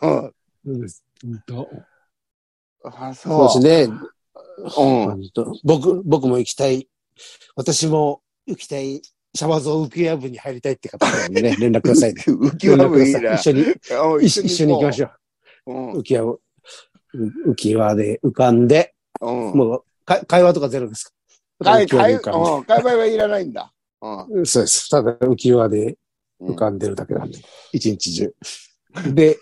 [SPEAKER 2] うん
[SPEAKER 1] そうです。本
[SPEAKER 2] あ、
[SPEAKER 1] 当もし
[SPEAKER 2] そう。
[SPEAKER 1] ね、
[SPEAKER 2] うん。
[SPEAKER 1] 僕、僕も行きたい。私も行きたい。シャバゾウ浮世部に入りたいって方なので ね、連絡くださいね。
[SPEAKER 2] 浮き
[SPEAKER 1] 連
[SPEAKER 2] 輪
[SPEAKER 1] 絡く
[SPEAKER 2] も
[SPEAKER 1] だ
[SPEAKER 2] いい
[SPEAKER 1] さ
[SPEAKER 2] な。
[SPEAKER 1] い。一緒に、
[SPEAKER 2] うん
[SPEAKER 1] 一緒に一緒に行きましょ
[SPEAKER 2] うん
[SPEAKER 1] う。浮世を、う浮き輪で浮かんで、
[SPEAKER 2] うん。
[SPEAKER 1] もうか会話とかゼロですか
[SPEAKER 2] かい、
[SPEAKER 1] 浮世
[SPEAKER 2] かい、
[SPEAKER 1] で
[SPEAKER 2] う
[SPEAKER 1] 浮かんで
[SPEAKER 2] ん、かいばいはいらないんだ。うん。
[SPEAKER 1] そうです。ただ浮き輪で浮かんでるだけなんで、一日中。で、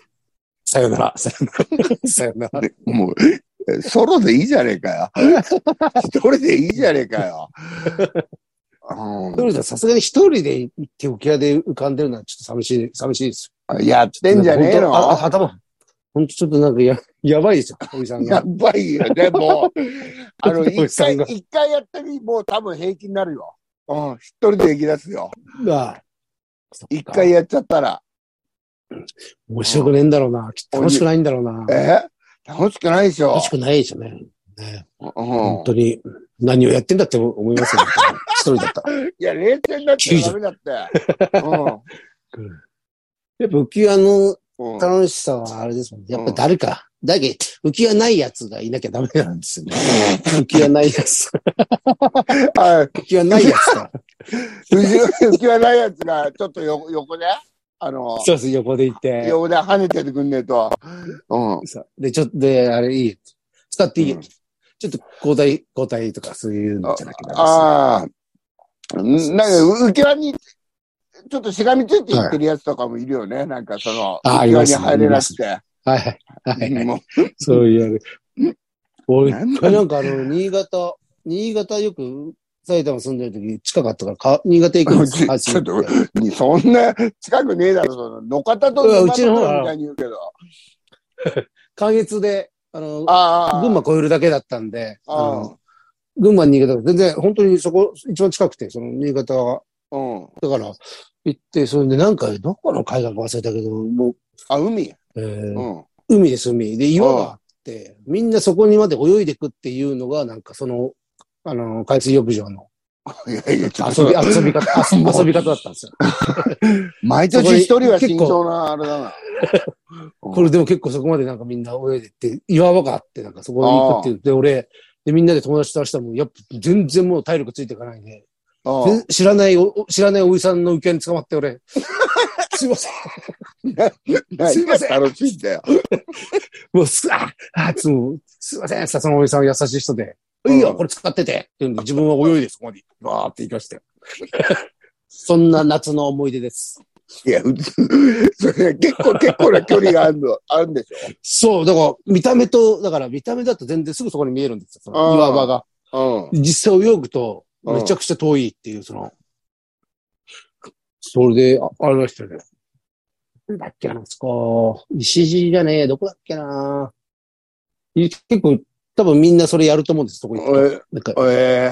[SPEAKER 1] さよなら、さよな ら、さよなら。
[SPEAKER 2] でもう、えソロでいいじゃねえかよ。 一人でいいじゃねえかよ。
[SPEAKER 1] 一人でさすがに一人で行って浮き輪で浮かんでるのはちょっと寂しい、寂しいです。
[SPEAKER 2] うん、やってんじゃねえの
[SPEAKER 1] なんか本当ああ頭。ほんとちょっとなんかや、 やばいですよ、おじさん
[SPEAKER 2] や
[SPEAKER 1] が。
[SPEAKER 2] ばいよね、 もう。あの、
[SPEAKER 1] おじ
[SPEAKER 2] 一
[SPEAKER 1] さ
[SPEAKER 2] 回、
[SPEAKER 1] んが
[SPEAKER 2] 一回やってみ、もう多分平気になるよ。うん、一人で行き出すよ。
[SPEAKER 1] あ あ
[SPEAKER 2] 一回。やっちゃったら。
[SPEAKER 1] 面白くねえんだろうな。きっと楽しくないんだろうな。
[SPEAKER 2] え楽しくないでしょ
[SPEAKER 1] 楽し。くないでしょうね。ね
[SPEAKER 2] うん。
[SPEAKER 1] 本当に何をやってんだって思いますよ。一人だった ら。
[SPEAKER 2] いや、冷静になっちゃダメだって。う
[SPEAKER 1] やっぱ浮き輪の
[SPEAKER 2] ん。うん
[SPEAKER 1] 楽しさはあれですもんね。やっぱ誰か。だけ浮き輪ないやつがいなきゃダメなんですよね。 浮き輪ないや つ。
[SPEAKER 2] はい。
[SPEAKER 1] 浮き輪ないや つが。
[SPEAKER 2] 後ろに浮き輪ないやつが、ちょっと横横で、あの、
[SPEAKER 1] そうです、横でいて。
[SPEAKER 2] 横で跳ねててくんねえと。うん。
[SPEAKER 1] さで、ちょっと、で、あれいい。使っていいよ。
[SPEAKER 2] うん
[SPEAKER 1] ちょっと交代、交代とかそういうのじゃなきゃダメです
[SPEAKER 2] ああ。んなんか、浮き輪に、ちょっとしがみついていってるやつとかもいるよね。なんか、その、
[SPEAKER 1] ああ
[SPEAKER 2] 浮
[SPEAKER 1] り
[SPEAKER 2] き
[SPEAKER 1] ます
[SPEAKER 2] 輪に入れなくて。
[SPEAKER 1] はいはい。はい、
[SPEAKER 2] も
[SPEAKER 1] そういうあれ。俺、
[SPEAKER 2] なんだ
[SPEAKER 1] なんかあの、新潟、新潟よく埼玉住んでる時近かったから、か新潟行くんです
[SPEAKER 2] う
[SPEAKER 1] よ。
[SPEAKER 2] ちょっとう、そんな近くねえだろ、その、野方と
[SPEAKER 1] うわ
[SPEAKER 2] 野
[SPEAKER 1] うちの方
[SPEAKER 2] 方
[SPEAKER 1] は
[SPEAKER 2] みたいに言うけど。
[SPEAKER 1] 関越で、あの、
[SPEAKER 2] ああ。
[SPEAKER 1] 群馬超えるだけだったんで、あ
[SPEAKER 2] あ
[SPEAKER 1] の群馬、新潟、全然、本当にそこ、一番近くて、その、新潟は。
[SPEAKER 2] あ。うん。
[SPEAKER 1] だから、行って、それで、なんか、どこの海岸か忘れたけど、もう、
[SPEAKER 2] あ、海。
[SPEAKER 1] えー
[SPEAKER 2] うん。
[SPEAKER 1] 海です、海。で、岩があって、みんなそこにまで泳いでくっていうのが、なんかその、あの、海水浴場の
[SPEAKER 2] いやいや、ちょっ
[SPEAKER 1] 遊び、
[SPEAKER 2] と、
[SPEAKER 1] 遊び 方、遊び遊び方だったんですよ。
[SPEAKER 2] 毎年一人は慎重なあれだな。
[SPEAKER 1] これでも結構そこまでなんかみんな泳いでって、岩場があって、なんかそこに行くって言って、俺、で、みんなで友達と明日も、やっぱ全然もう体力ついていかないで、
[SPEAKER 2] うん
[SPEAKER 1] 全知らないお、お知らないおじさんの受けに捕まって、 俺、すいません、すいません
[SPEAKER 2] 何が楽しいんだよ。
[SPEAKER 1] もうす、あ、あ、つもう、すいません、さ、そのおじさんは優しい人で、
[SPEAKER 2] うん
[SPEAKER 1] いいよ、これ使ってて、って言うんで、自分は泳いでそこに、わーって行きま したよ。そんな夏の思い出です。
[SPEAKER 2] いや、普通それ結構、結構な距離があるの、あるんでし
[SPEAKER 1] そう、だから、見た目と、だから見た目だと全然すぐそこに見えるんですよ、そ
[SPEAKER 2] あ
[SPEAKER 1] の
[SPEAKER 2] ー
[SPEAKER 1] 岩場が。
[SPEAKER 2] ょ。うん。
[SPEAKER 1] 実際泳ぐと、
[SPEAKER 2] うん
[SPEAKER 1] めちゃくちゃ遠いっていう、その、それで、ああれましたね。なんだっけな、そこ、西尻じゃねえ、どこだっけな。い結構、多分みんなそれやると思うんです、そこ行くと。なんか、
[SPEAKER 2] ええ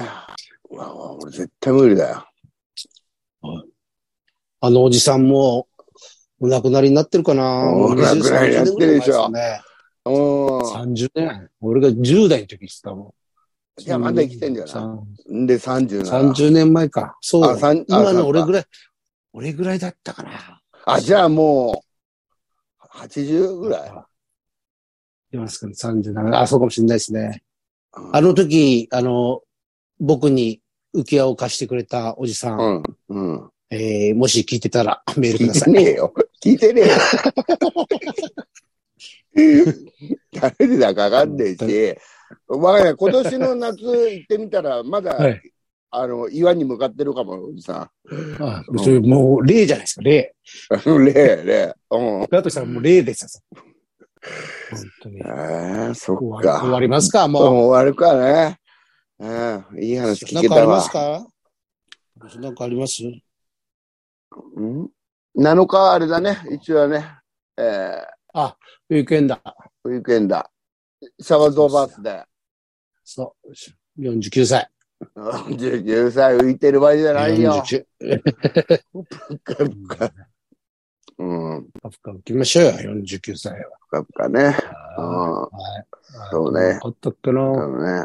[SPEAKER 2] うわうわ俺絶対無理だよ。
[SPEAKER 1] あのおじさんも、お亡くなりになってるかな。
[SPEAKER 2] お亡くなりになってるでしょ
[SPEAKER 1] 20 30年ぐらい前ですね、30
[SPEAKER 2] う
[SPEAKER 1] 年。俺が10代の時にしたもん。
[SPEAKER 2] いやまだ生きてんじゃないん。で、30なら。
[SPEAKER 1] 30年前か。そう
[SPEAKER 2] あさん。あ
[SPEAKER 1] 今
[SPEAKER 2] そうか
[SPEAKER 1] の俺ぐらい、俺ぐらいだったかな。
[SPEAKER 2] あ、じゃあもう、80ぐらい。
[SPEAKER 1] いますかね、37。あ、そうかもしれないですね。
[SPEAKER 2] うん
[SPEAKER 1] あの時、あの、僕に浮き輪を貸してくれたおじさん、
[SPEAKER 2] うん。うん。
[SPEAKER 1] えー、もし聞いてたらメールく
[SPEAKER 2] 聞い
[SPEAKER 1] ださ
[SPEAKER 2] て
[SPEAKER 1] い。
[SPEAKER 2] ねえよ。聞いてねえよ。誰でだかわかんねえし、わかんない。今年の夏行ってみたら、まだ、
[SPEAKER 1] はい
[SPEAKER 2] あの、岩に向かってるかも、おじさ
[SPEAKER 1] あそれもう、例じゃないですか、例。
[SPEAKER 2] ん。あのねえ、ねえ。うん。
[SPEAKER 1] だとしたらもう例ですよ。本当に。
[SPEAKER 2] ええ、そっ
[SPEAKER 1] 終わり
[SPEAKER 2] か。
[SPEAKER 1] 終わりますか、
[SPEAKER 2] もう
[SPEAKER 1] もう。
[SPEAKER 2] 終わるかね。うん、いい話聞
[SPEAKER 1] なん
[SPEAKER 2] け
[SPEAKER 1] かあ
[SPEAKER 2] た
[SPEAKER 1] りま
[SPEAKER 2] わ
[SPEAKER 1] す。かなんかあります
[SPEAKER 2] うん、7日あれだね、一応ね、えー、
[SPEAKER 1] ウィークエンダー。
[SPEAKER 2] ウィークエンダー、シャワゾーバースデ
[SPEAKER 1] そう。49歳。
[SPEAKER 2] ー、19歳 浮いてる場合じゃないよ。
[SPEAKER 1] 49。
[SPEAKER 2] うん、
[SPEAKER 1] 深々行きましょうよ、49歳は。
[SPEAKER 2] ふかふかね。
[SPEAKER 1] は
[SPEAKER 2] うん、
[SPEAKER 1] い
[SPEAKER 2] そうね
[SPEAKER 1] あったっけな。
[SPEAKER 2] そうね。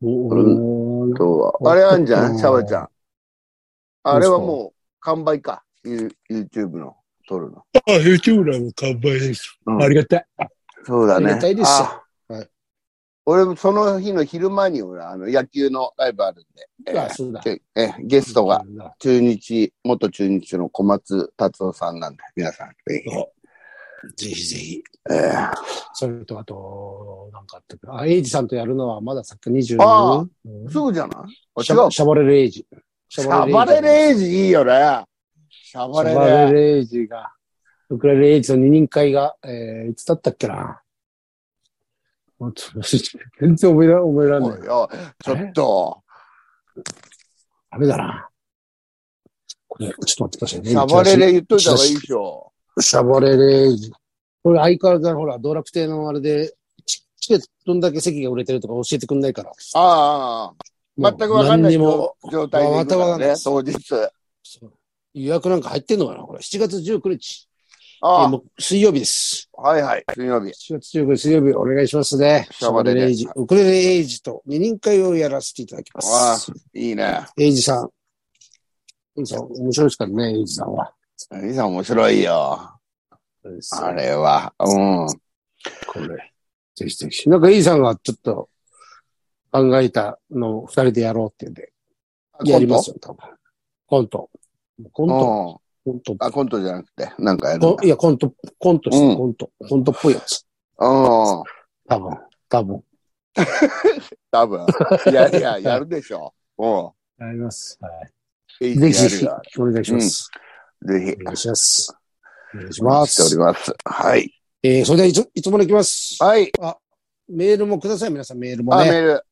[SPEAKER 1] もう
[SPEAKER 2] うん
[SPEAKER 1] 俺も
[SPEAKER 2] 今日は。あれあんじゃん、シャワちゃん。あれはもう完売か、ユー YouTube の撮るの。
[SPEAKER 1] あ、YouTube ライブ完売です。
[SPEAKER 2] うん
[SPEAKER 1] ありがたい。
[SPEAKER 2] そうだね。
[SPEAKER 1] ありがたいですよ
[SPEAKER 2] あ
[SPEAKER 1] はい
[SPEAKER 2] 俺もその日の昼間に俺、あの、野球のライブあるんで。
[SPEAKER 1] あ、そうだ。
[SPEAKER 2] ええゲストが中日、元中日の小松達夫さんなんで、皆さん、ぜひ。
[SPEAKER 1] ぜひぜひ。
[SPEAKER 2] ええ
[SPEAKER 1] それと、あと、なんかあったけど、あ、エイジさんとやるのはまださっき20。
[SPEAKER 2] ああ
[SPEAKER 1] うん
[SPEAKER 2] すぐじゃないあ
[SPEAKER 1] シ
[SPEAKER 2] 違
[SPEAKER 1] ャ
[SPEAKER 2] う。
[SPEAKER 1] シャバレルエイジ。シ
[SPEAKER 2] シャバレル
[SPEAKER 1] イジ。
[SPEAKER 2] エイジいいよね。シャ
[SPEAKER 1] シ
[SPEAKER 2] バレ
[SPEAKER 1] ャバレ
[SPEAKER 2] レ。
[SPEAKER 1] ルエイジが、ウクライレエイジの二人会が、えー、いつだったっけな。もうちょっと全然覚えら覚えらんない
[SPEAKER 2] おい。おいちょっと、
[SPEAKER 1] ダメだな。これ、ちょっと待ってくださいね。
[SPEAKER 2] シャバレレ言っといた方がいいでしょ。
[SPEAKER 1] シャボレレージ。これ相変わらず、ほら、道楽亭のあれで、チチケットどんだけ席が売れてるとか教えてくんないから。
[SPEAKER 2] ああああ、
[SPEAKER 1] もう
[SPEAKER 2] 全くわかんな
[SPEAKER 1] 何
[SPEAKER 2] い
[SPEAKER 1] にも、
[SPEAKER 2] 状状態で行くか
[SPEAKER 1] またわからんな
[SPEAKER 2] ね
[SPEAKER 1] い、
[SPEAKER 2] 当日。
[SPEAKER 1] そう予約なんか入ってんのかなこれ、7月19日。えー
[SPEAKER 2] あ
[SPEAKER 1] もう水曜日です。
[SPEAKER 2] あ、はいはい、水曜日。
[SPEAKER 1] 7月19日水曜日お願いしますね。
[SPEAKER 2] シャボレレ
[SPEAKER 1] エイジ。ウクレレエイジと二人会をやらせていただきま
[SPEAKER 2] あ
[SPEAKER 1] す。
[SPEAKER 2] いいね。
[SPEAKER 1] エイジさん。エイジさん、面白いですからね、エイジさんは。
[SPEAKER 2] いいさん面白いよ。あれは。うん。
[SPEAKER 1] これ。ぜひぜひ。なんか、イーさんがちょっと考えたのを二人でやろうって言うんで、やりますよ、多分。コント。コント、
[SPEAKER 2] コント
[SPEAKER 1] コント
[SPEAKER 2] うん。あ、コントじゃなくて、なんかやるんだ
[SPEAKER 1] こいや、コント、コントして、
[SPEAKER 2] うん
[SPEAKER 1] コント。コントっぽいやつ。
[SPEAKER 2] うん。
[SPEAKER 1] 多分、多分。
[SPEAKER 2] 多分。いや いや、やるでしょ。う
[SPEAKER 1] やります。はい。
[SPEAKER 2] ん。
[SPEAKER 1] ぜひ
[SPEAKER 2] や
[SPEAKER 1] ぜ
[SPEAKER 2] る
[SPEAKER 1] ひ
[SPEAKER 2] よ、
[SPEAKER 1] お願いします。
[SPEAKER 2] ぜひ
[SPEAKER 1] お。願いします。お願いし
[SPEAKER 2] お待
[SPEAKER 1] ま
[SPEAKER 2] ちしており
[SPEAKER 1] す。
[SPEAKER 2] ます。はい。
[SPEAKER 1] えー、それではいつ、いつものいきます。
[SPEAKER 2] はい。
[SPEAKER 1] メールもください、皆さん、メールも
[SPEAKER 2] あ、メ
[SPEAKER 1] ね。
[SPEAKER 2] ール。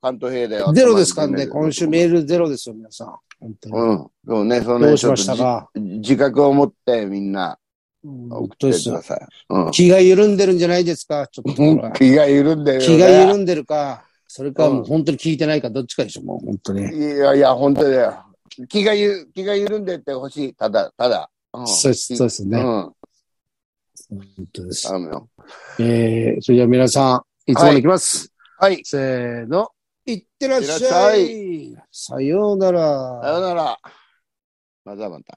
[SPEAKER 2] 関東平だよ。
[SPEAKER 1] ゼロですからね、
[SPEAKER 2] メール
[SPEAKER 1] 今週メールゼロですよ、皆さん。本当に。
[SPEAKER 2] うん。そうね、そのね
[SPEAKER 1] どうしましたか
[SPEAKER 2] ちょっとじ自覚を持ってみんな送
[SPEAKER 1] 本
[SPEAKER 2] っ
[SPEAKER 1] 当
[SPEAKER 2] て
[SPEAKER 1] で
[SPEAKER 2] く
[SPEAKER 1] すよ
[SPEAKER 2] だ。さい。うん。
[SPEAKER 1] 気が緩んでるんじゃないですか、ちょっとこれは。
[SPEAKER 2] 気が緩んでる、ね。
[SPEAKER 1] 気が緩んでるか、それか
[SPEAKER 2] うん
[SPEAKER 1] もう本当に聞いてないか、どっちかでしょ、もう本当に。
[SPEAKER 2] いやいや、本当だよ。気がゆ、気が緩んでってほしい。ただ、ただ。うん
[SPEAKER 1] そうです、そうです
[SPEAKER 2] う
[SPEAKER 1] ね。
[SPEAKER 2] ん。
[SPEAKER 1] 本当です。
[SPEAKER 2] 頼むよ。
[SPEAKER 1] えー、それじゃあ皆さん、いつものいきます。
[SPEAKER 2] はい。
[SPEAKER 1] せーの、いっ
[SPEAKER 2] ってらっしゃい。さようなら。
[SPEAKER 1] さよなら。またまた。